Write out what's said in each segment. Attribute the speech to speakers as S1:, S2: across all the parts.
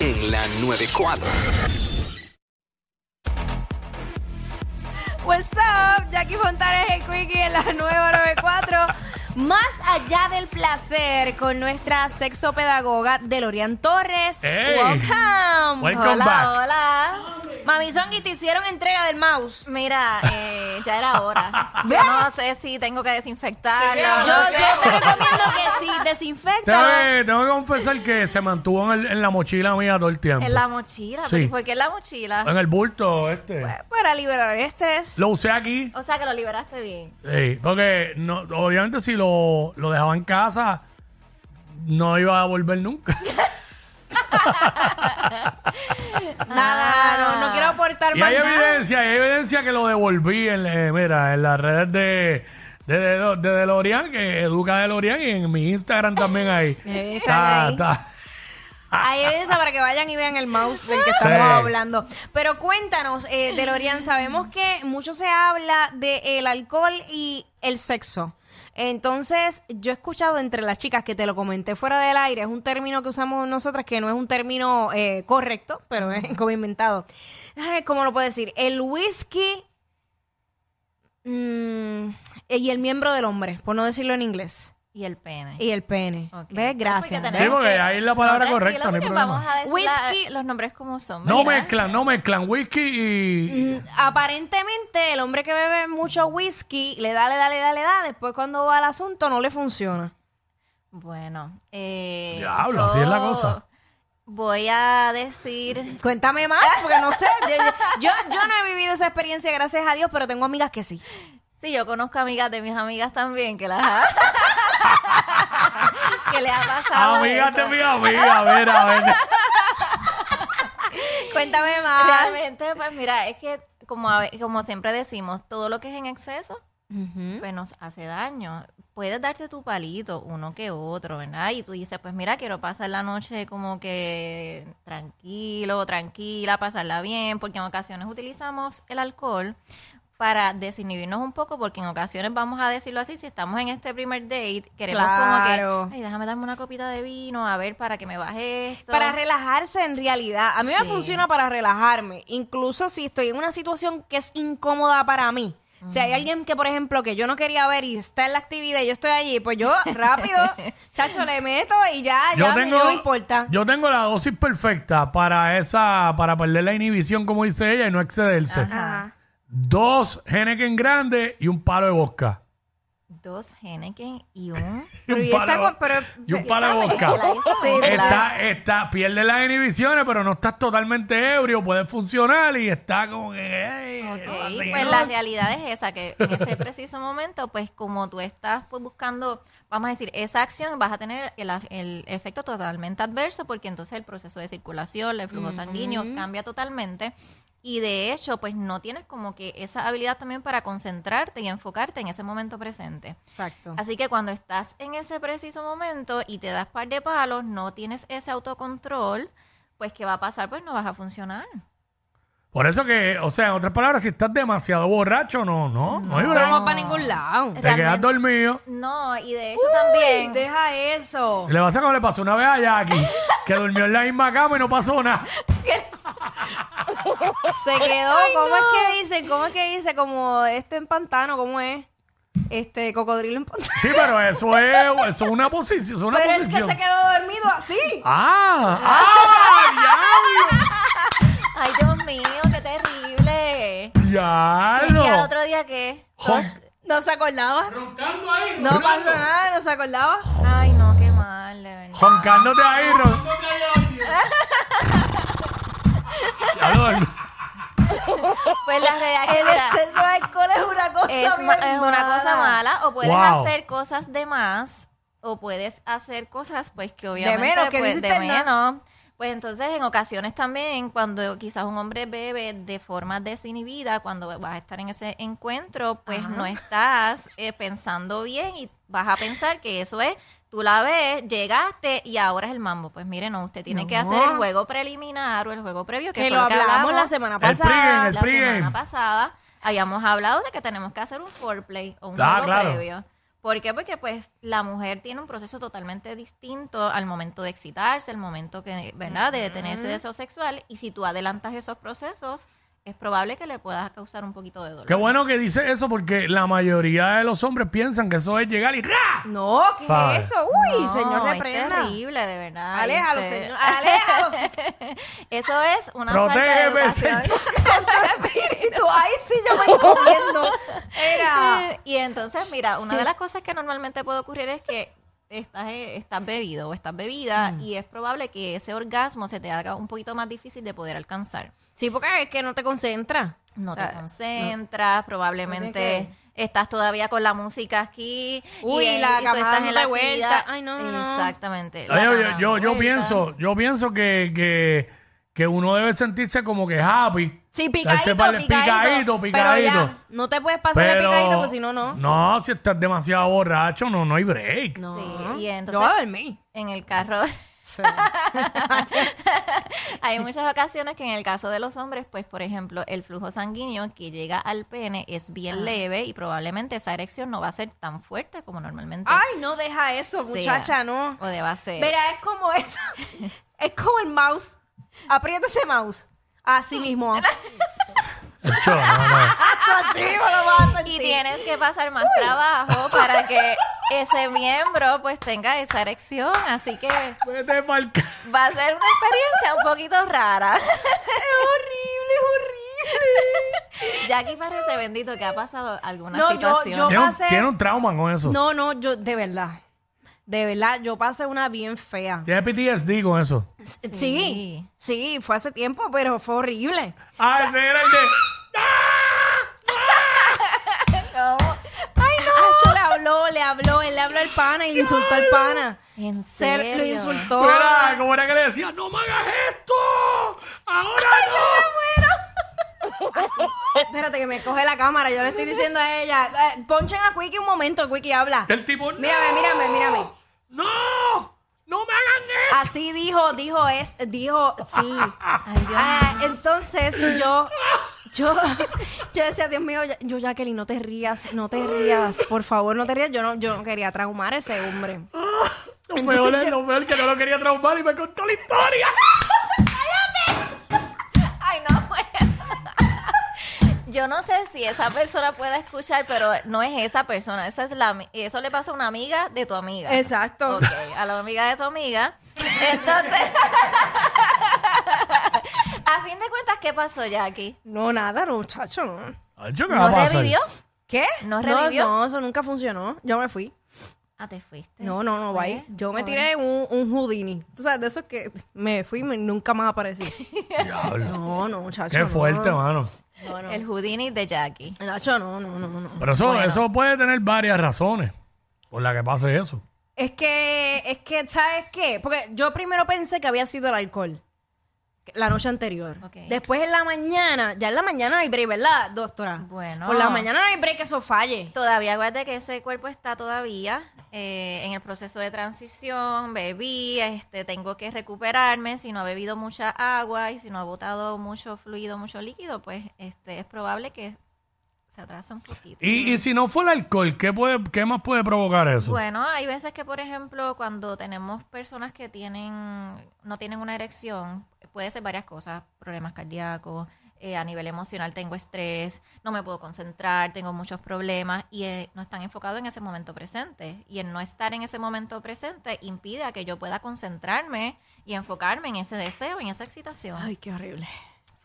S1: en la 94.
S2: What's up? Jackie Fontanes, el Quickie en la 994. Más allá del placer con nuestra sexopedagoga Delorian Torres.
S3: Hey.
S2: Welcome.
S3: Welcome
S2: hola,
S3: back.
S2: hola. Mami Songi, te hicieron entrega del mouse.
S4: Mira, eh, ya era hora. Yo no sé si tengo que desinfectarlo.
S2: Yo,
S4: no sé.
S2: yo te recomiendo que si
S3: Tengo
S2: desinfecta.
S3: que, tengo que confesar que se mantuvo en, el- en la mochila mía todo el tiempo.
S4: En la mochila.
S3: Sí.
S4: ¿Por- ¿Por qué en la mochila?
S3: En el bulto este.
S4: Pues,
S2: Para liberar el estrés.
S3: Lo usé aquí.
S4: O sea, que lo liberaste bien.
S3: Sí, porque no, obviamente si lo, lo dejaba en casa, no iba a volver nunca.
S2: Nada, no, no quiero aportar
S3: Ah. Y
S2: más
S3: hay
S2: nada.
S3: evidencia, hay evidencia que lo devolví en, eh, mira, en las redes de, de, de, de DeLorean, que educa DeLorean, y en mi Instagram también hay.
S2: Eh,
S3: Está-
S2: ahí.
S3: está-
S2: Hay evidencia para que vayan y vean el mouse del que estamos hablando. Pero cuéntanos, eh, DeLorean, sabemos que mucho se habla del alcohol y el sexo. Entonces, yo he escuchado entre las chicas que te lo comenté fuera del aire, es un término que usamos nosotras que no es un término eh, correcto, pero es como inventado. Ay, ¿Cómo lo puedo decir? El whisky mm, y el miembro del hombre, por no decirlo en inglés.
S4: Y el pene.
S2: Y el pene.
S4: Ok.
S2: ¿Ves? Gracias. ¿ves?
S4: Porque tenemos
S3: Sí, porque
S4: que-
S3: ahí es la palabra
S4: No, tranquila,
S3: correcta, no hay
S4: porque
S3: problema.
S4: Vamos a decir
S2: Whisky-
S4: la- los nombres como son.
S3: No
S4: Mira,
S3: mezclan, no mezclan whisky y...
S2: Mm, Aparentemente, el hombre que bebe mucho whisky le da, le da, le da, le da. Después, cuando va al asunto, no le funciona.
S4: Bueno. Eh,
S3: Diablo,
S4: yo
S3: así es la cosa.
S4: Voy a decir.
S2: Cuéntame más, porque no sé. Yo, yo no he vivido esa experiencia, gracias a Dios, pero tengo amigas que sí.
S4: Sí, yo conozco amigas de mis amigas también que las ha. que le ha pasado.
S3: Amigas de
S4: eso.
S3: mi amiga, a ver, a ver.
S2: Cuéntame más.
S4: Realmente, pues mira, es que como, a ve- como siempre decimos, todo lo que es en exceso,
S2: Ujú.
S4: pues nos hace daño. Puedes darte tu palito, uno que otro, ¿verdad? Y tú dices, pues mira, quiero pasar la noche como que tranquilo, tranquila, pasarla bien, porque en ocasiones utilizamos el alcohol para desinhibirnos un poco, porque en ocasiones, vamos a decirlo así, si estamos en este primer date, queremos
S2: Claro.
S4: como que, ay, déjame darme una copita de vino, a ver, para que me baje esto.
S2: Para relajarse en realidad. A mí me
S4: Sí.
S2: funciona para relajarme. Incluso si estoy en una situación que es incómoda para mí. Si hay alguien que, por ejemplo, que yo no quería ver y está en la actividad y yo estoy allí, pues yo rápido, chacho, le meto y ya, ya me- no me importa.
S3: Yo tengo la dosis perfecta para esa, para perder la inhibición, como dice ella, y no excederse.
S2: Ajá.
S3: Dos Henneken grande y un palo de vodka.
S4: Dos Henneken y un...
S3: Y un
S2: Pero y
S3: palo
S2: está
S3: de
S2: con-
S3: vo-
S2: pero- pues,
S3: y un palo de
S4: mezcla,
S3: vodka.
S4: esa
S2: Sí,
S4: mezcla.
S3: Está, está, pierde las inhibiciones, pero no estás totalmente ebrio, puede funcionar y está como que. "Ey,
S4: Ok,
S3: así,
S4: pues
S3: ¿no?".
S4: la realidad es esa, que en ese preciso momento, pues como tú estás pues, buscando, vamos a decir, esa acción, vas a tener el, el efecto totalmente adverso, porque entonces el proceso de circulación, el flujo sanguíneo cambia totalmente. Y de hecho, pues no tienes como que esa habilidad también para concentrarte y enfocarte en ese momento presente.
S2: Exacto.
S4: Así que cuando estás en ese preciso momento y te das par de palos, no tienes ese autocontrol, pues ¿qué va a pasar? Pues no vas a funcionar.
S3: Por eso que, o sea, en otras palabras, si estás demasiado borracho, no, no, no, hay
S2: No
S3: break.
S2: vamos para ningún lado.
S3: Te quedas
S4: Realmente.
S3: dormido.
S4: No, y de hecho también...
S2: Deja eso.
S3: Le pasa como le pasó una vez a Jackie, que durmió en la misma cama y no pasó nada.
S2: Se quedó. ¿Cómo es que dice? ¿Cómo es que dice? Como esto en pantano, ¿cómo es? Este cocodrilo en pantano.
S3: Sí, pero eso es, eso es una posición. Es una
S2: Pero es que
S3: posición.
S2: se quedó dormido así.
S3: Ah, ah,
S4: Ay, Dios mío, qué terrible.
S3: ya,
S4: ¿Y al
S3: ya.
S4: otro día qué?
S2: No se acordaba. No pasó nada, no se acordaba.
S4: Ay, no, qué mal, de verdad.
S3: Joncándote ahí, Ron. Ya lo dormí.
S4: Pues la
S2: El
S4: realidad
S2: exceso de alcohol es una cosa
S4: es,
S2: bien
S4: ma- es una cosa mala. O puedes
S3: Wow.
S4: hacer cosas de más, o puedes hacer cosas, pues, que obviamente...
S2: menos, que no
S4: pues, de
S2: hiciste nada.
S4: menos. Pues entonces, en ocasiones también, cuando quizás un hombre bebe de forma desinhibida, cuando vas a estar en ese encuentro, pues no estás eh, pensando bien y vas a pensar que eso es, tú la ves, llegaste y ahora es el mambo. Pues mire, no, usted tiene que hacer el juego preliminar o el juego previo, que,
S2: Que
S4: fue
S2: lo
S4: que
S2: hablamos la semana pasada.
S3: El
S4: la
S3: pregame.
S4: semana pasada habíamos hablado de que tenemos que hacer un foreplay o un
S3: Ah,
S4: juego
S3: claro.
S4: previo. ¿Por qué? Porque pues la mujer tiene un proceso totalmente distinto al momento de excitarse, al momento que, ¿verdad? De tener ese deseo sexual y si tú adelantas esos procesos, es probable que le puedas causar un poquito de dolor.
S3: Qué bueno que dice eso porque la mayoría de los hombres piensan que eso es llegar y ¡ra!
S2: No, ¿qué
S3: Sabe.
S2: es eso? Uy,
S4: No,
S2: señor,
S4: es
S2: reprenda.
S4: terrible, de verdad.
S2: Aléjalo,
S4: Este,
S2: señor. Ah. Aléjalo.
S4: Eso es una falta de
S3: Protégeme,
S4: educación.
S3: señor.
S2: espíritu. Ay, sí, yo me comiendo. Era.
S4: Eh, Y entonces, mira, una de las cosas que normalmente puede ocurrir es que estás, eh, estás bebido o estás bebida
S2: Mm.
S4: y es probable que ese orgasmo se te haga un poquito más difícil de poder alcanzar.
S2: Sí, porque es que no te concentra.
S4: No
S2: O
S4: te
S2: sea,
S4: concentras, probablemente
S2: Tiene
S4: estás todavía con la música aquí.
S2: Uy,
S4: eh,
S2: la
S4: tú
S2: cama
S4: estás
S2: dándote
S4: en la
S2: vuelta.
S4: actividad.
S2: Ay, no, no, no.
S4: Exactamente.
S3: Oye,
S4: la
S3: yo,
S4: cama
S3: yo, yo
S4: vuelta.
S3: pienso, yo pienso que, que, que uno debe sentirse como que happy.
S2: Sí,
S3: Darse
S2: picadito,
S3: pa'l-
S2: picadito.
S3: picadito,
S2: Pero
S3: picadito.
S2: ya, no te puedes pasar de picadito, porque pues, si no, no.
S3: No, si estás demasiado borracho, no, no hay break.
S2: No.
S4: Sí, y
S2: Yo
S4: entonces-
S2: voy a dormir.
S4: En el carro. Hay muchas ocasiones que en el caso de los hombres, pues por ejemplo, el flujo sanguíneo que llega al pene es bien leve y probablemente esa erección no va a ser tan fuerte como normalmente
S2: Ay, no deja eso,
S4: sea
S2: muchacha, no.
S4: o deba ser.
S2: Verá, es como eso. Es como el mouse. Aprieta ese mouse. Así mismo.
S3: Yo, no, no.
S2: Así mismo lo vas a
S4: y
S2: sentir.
S4: tienes que pasar más trabajo para que ese miembro pues tenga esa erección, así que
S3: Vete pa'l Pues, ca-
S4: va a ser una experiencia un poquito rara.
S2: Es horrible,
S4: Jackie parece bendito que ha pasado alguna
S2: No, yo-
S4: situación.
S2: yo-
S3: Tiene un,
S2: Pase-
S3: tiene un trauma con eso.
S2: horrible. No, no, yo, de verdad. De verdad, yo pasé una bien fea.
S3: Tiene PTSD con eso.
S2: Sí, sí, fue hace tiempo, pero fue horrible.
S3: Ah, ese era el de... ¡Ah!
S4: ¿Cómo?
S2: Ay, no. le habló, le habló, él le habló al pana y le insultó al pana.
S4: En
S2: Se-
S4: serio.
S2: lo insultó.
S3: Mira, ¿Cómo era que le decía? ¡No me hagas esto! ¡Ahora no!
S2: Espérate que me coge la cámara, yo le estoy diciendo a ella, eh, ponchen a Quickie un momento, Quickie habla.
S3: El tipo, ¡no!
S2: Mírame, mírame, mírame.
S3: ¡No! ¡No me hagan esto!
S2: Así dijo, dijo es, dijo sí.
S4: Ay, Dios
S2: Ah, entonces yo, yo, yo decía, Dios mío, ya- yo Jacqueline, no te rías, no te rías, por favor, no te rías. Yo no, yo no quería traumar a ese hombre.
S3: Lo
S2: Entonces
S3: peor es
S2: yo-
S3: lo peor que no lo quería traumar y me contó la historia.
S4: Ay, no, bueno. Yo no sé si esa persona puede escuchar, pero no es esa persona. Esa es la, ami- eso le pasa a una amiga de tu amiga.
S2: Exacto.
S4: Ok, a la amiga de tu amiga. Entonces, a fin de cuentas, ¿qué pasó, Jackie?
S2: No, nada, no, muchacho, no.
S3: Ay, yo, ¿qué Ah, va
S4: ¿No
S3: a pasar?
S4: revivió?
S2: ¿Qué?
S4: ¿No revivió?
S2: No, eso nunca funcionó. Yo me fui.
S4: Ah, te fuiste.
S2: No, no, no, bye.
S4: Fue,
S2: Yo me
S4: fue.
S2: tiré un, un Houdini. Tú sabes, de esos que me fui y me- nunca más aparecí.
S3: Diablo.
S2: No, no, muchacho.
S3: Qué
S2: no.
S3: fuerte, mano.
S2: No, no.
S4: El Houdini de Jackie.
S2: Nacho, no, no, no, no.
S3: Pero eso, eso puede tener varias razones por las que pase eso.
S2: Es que, es que, ¿sabes qué? Porque yo primero pensé que había sido el alcohol. La noche anterior.
S4: Ok.
S2: Después en la mañana, ya en la mañana no hay break, ¿verdad, doctora?
S4: Bueno.
S2: Por la mañana no hay break, que eso falle.
S4: Todavía guardé que ese cuerpo está todavía eh, en el proceso de transición, bebí, este, tengo que recuperarme, si no ha bebido mucha agua y si no ha botado mucho fluido, mucho líquido, pues este, es probable que se atrase un poquito.
S3: Y, y si no fue el alcohol, ¿qué, puede, qué más puede provocar eso?
S4: Bueno, hay veces que, por ejemplo, cuando tenemos personas que tienen, no tienen una erección, puede ser varias cosas, problemas cardíacos, eh, a nivel emocional tengo estrés, no me puedo concentrar, tengo muchos problemas y eh, no están enfocados en ese momento presente. Y el no estar en ese momento presente impide a que yo pueda concentrarme y enfocarme en ese deseo, en esa excitación.
S2: Ay, qué horrible.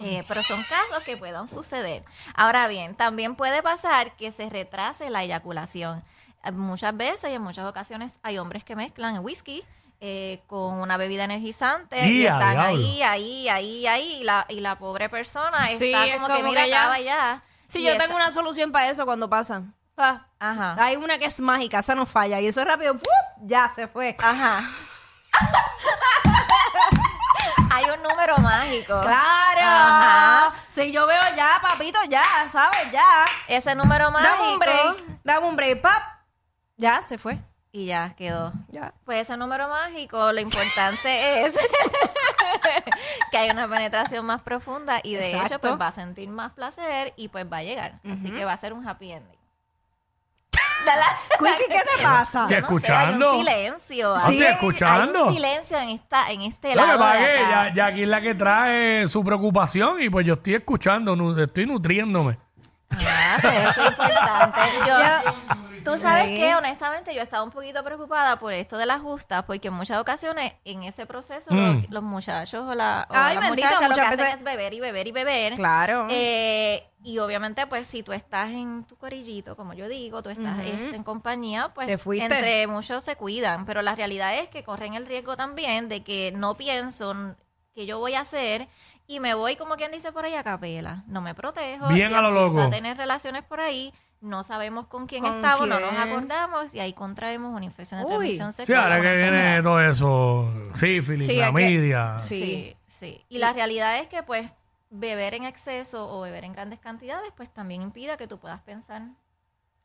S4: Eh, pero son casos que puedan suceder. Ahora bien, también puede pasar que se retrase la eyaculación. Eh, Muchas veces y en muchas ocasiones hay hombres que mezclan whisky eh, con una bebida energizante y
S3: ¡Ya,
S4: están
S3: diablo!
S4: ahí, ahí, ahí, ahí. Y la, y la pobre persona
S2: Sí,
S4: está
S2: es
S4: como, que
S2: como
S4: mira,
S2: que ya-
S4: acaba ya.
S2: Sí,
S4: Y
S2: yo
S4: esa- Ah.
S2: tengo una Ah. solución para eso cuando pasa.
S4: Ajá.
S2: Hay una que es mágica, esa no falla. Y eso rápido, ¡fup! ya se fue.
S4: Ajá. hay un número mágico.
S2: Claro.
S4: Ajá.
S2: Si yo veo ya, papito, ya, ¿sabes? Ya.
S4: Ese número mágico.
S2: Dame un break. Dame un break, pap. Ya se fue.
S4: Y ya quedó.
S2: Ya.
S4: Pues ese número mágico, lo importante es que hay una penetración más profunda y de hecho
S2: Exacto.
S4: pues va a sentir más placer y pues va a llegar. Así que va a ser un happy ending. está la...
S2: Quickie, ¿qué te pasa?
S3: ¿Qué,
S4: Yo no sé, hay
S3: Ah. escuchando?
S4: un silencio.
S3: Ah,
S4: hay-
S3: ¿sí, escuchando?
S4: Hay un silencio en, esta, en este
S3: Lo que
S4: lado.
S3: pasa
S4: de
S3: es que
S4: acá.
S3: ya, ya aquí es la que trae su preocupación y pues yo estoy escuchando, nu- estoy nutriéndome.
S4: Ah, pero eso es importante. Yo, tú
S2: Sí.
S4: sabes que, honestamente, yo estaba un poquito preocupada por esto de las justas, porque en muchas ocasiones, en ese proceso,
S3: Mm.
S4: los, los muchachos o, la, o
S2: Ay,
S4: las
S2: bendito,
S4: muchachas lo que
S2: muchas
S4: hacen
S2: veces-
S4: es beber y beber y beber.
S2: Claro.
S4: Eh, y obviamente, pues, si tú estás en tu corillito, como yo digo, tú estás este, en compañía, pues,
S2: Te fuiste.
S4: entre muchos se cuidan. Pero la realidad es que corren el riesgo también de que no pienso n- que yo voy a hacer y me voy, como quien dice por ahí, a capela. No me protejo.
S3: Bien
S4: y
S3: a lo
S4: empiezo
S3: loco.
S4: A tener relaciones por ahí. No sabemos con quién
S2: ¿Con
S4: estamos, no nos
S2: quién?
S4: acordamos y ahí contraemos una infección de
S2: Uy.
S4: transmisión
S3: Sí,
S4: sexual.
S3: ahora
S4: una
S3: que viene
S4: enfermedad.
S3: todo eso, sífilis,
S2: Sí, hay que-
S3: clamidia.
S2: sí.
S4: Sí, sí. Y la realidad es que, pues, beber en exceso o beber en grandes cantidades, pues también impida que tú puedas pensar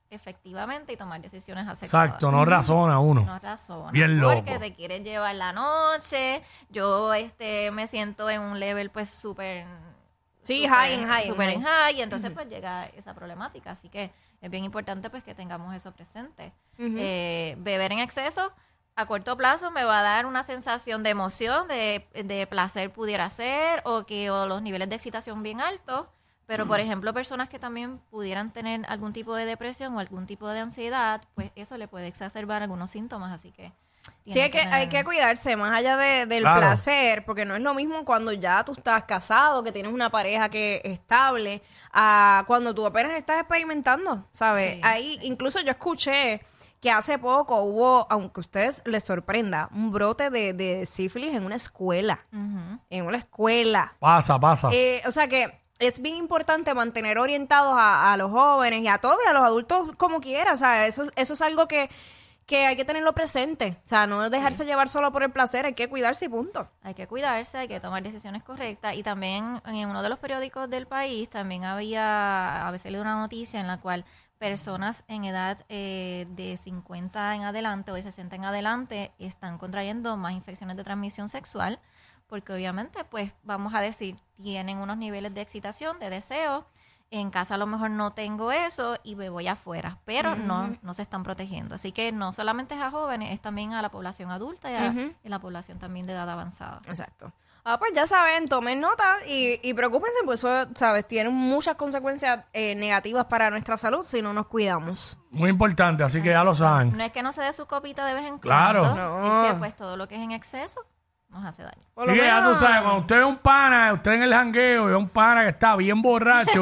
S4: efectivamente y tomar decisiones acertadas.
S3: Exacto, no razona uno.
S4: No razona.
S3: Bien
S4: Porque
S3: loco.
S4: te quieren llevar la noche. Yo este me siento en un level pues súper
S2: Sí,
S4: súper-
S2: high en high en
S4: súper
S2: high.
S4: en high, y entonces pues llega esa problemática, así que es bien importante pues que tengamos eso presente.
S2: Ujú.
S4: Eh, beber en exceso a corto plazo me va a dar una sensación de emoción, de, de placer pudiera ser, o que o los niveles de excitación bien altos, pero por ejemplo personas que también pudieran tener algún tipo de depresión o algún tipo de ansiedad, pues eso le puede exacerbar algunos síntomas, así que...
S2: Sí, hay
S4: tienen
S2: que, hay que
S4: tener-
S2: cuidarse más allá de- del
S3: Claro.
S2: placer, porque no es lo mismo cuando ya tú estás casado, que tienes una pareja que estable, a cuando tú apenas estás experimentando, ¿sabes?
S4: Sí,
S2: Ahí incluso yo escuché que hace poco hubo, aunque a ustedes les sorprenda, un brote de, de sífilis en una escuela,
S4: Ujú.
S2: en una escuela.
S3: Pasa, pasa.
S2: Eh, o sea que es bien importante mantener orientados a, a los jóvenes y a todos y a los adultos como quiera. O sea, eso, eso es algo que, que hay que tenerlo presente. O sea, no dejarse llevar solo por el placer, hay que cuidarse y punto.
S4: Hay que cuidarse, hay que tomar decisiones correctas. Y también en uno de los periódicos del país también había, a veces leí una noticia en la cual personas en edad eh, de 50 en adelante o de 60 en adelante están contrayendo más infecciones de transmisión sexual porque obviamente, pues vamos a decir, tienen unos niveles de excitación, de deseo. En casa a lo mejor no tengo eso y me voy afuera, pero no, no se están protegiendo. Así que no solamente es a jóvenes, es también a la población adulta y a,
S2: Ujú.
S4: y la población también de edad avanzada.
S2: Exacto. Ah, pues ya saben, tomen nota y, y preocúpense, pues eso, ¿sabes? Tienen muchas consecuencias eh, negativas para nuestra salud si no nos cuidamos.
S3: Muy importante, así que ya lo saben.
S4: No es que no se dé su copita de vez en
S3: Claro.
S4: cuando,
S2: No.
S4: es que pues todo lo que es en exceso nos hace daño.
S2: Por lo
S3: Y que ya tú
S2: menos-
S3: sabes, cuando usted es un pana, usted en el jangueo, y es un pana que está bien borracho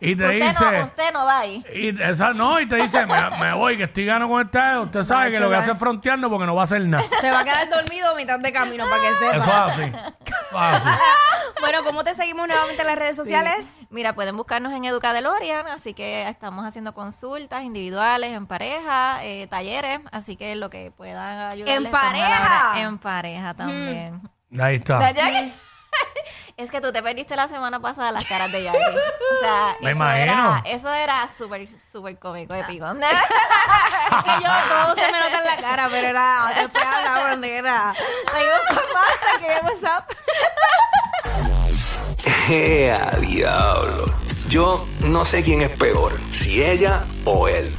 S3: y te
S4: Usted
S3: dice...
S4: no, usted no va ahí.
S3: Y esa no, y te dice, me, me voy, que estoy gano con esta, usted sabe que lo que hace es frontearnos porque no va a hacer nada.
S2: Se va a quedar dormido a mitad de camino para que sepa.
S3: Eso es así. Eso es así.
S2: Bueno, ¿cómo te seguimos nuevamente en las redes sociales?
S4: Mira, pueden buscarnos en Educadelorian, así que estamos haciendo consultas individuales, en pareja, eh, talleres, así que lo que puedan ayudarles.
S2: ¿En
S4: estamos a la
S2: pareja? Mm.
S4: hora. En pareja también.
S3: Ahí está.
S4: Es que tú te perdiste la semana pasada las caras de Jackie. O sea,
S3: Me
S4: eso
S3: imagino.
S4: era, eso era súper, súper cómico, épico.
S2: Ah. Es que yo todo se me nota en la cara, pero era después hablaba negra. Seguimos con más aquí en WhatsApp.
S1: ¡Ea, ¡Eh, diablo! Yo no sé quién es peor, si ella o él.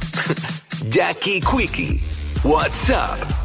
S1: Jackie Quickie, what's up?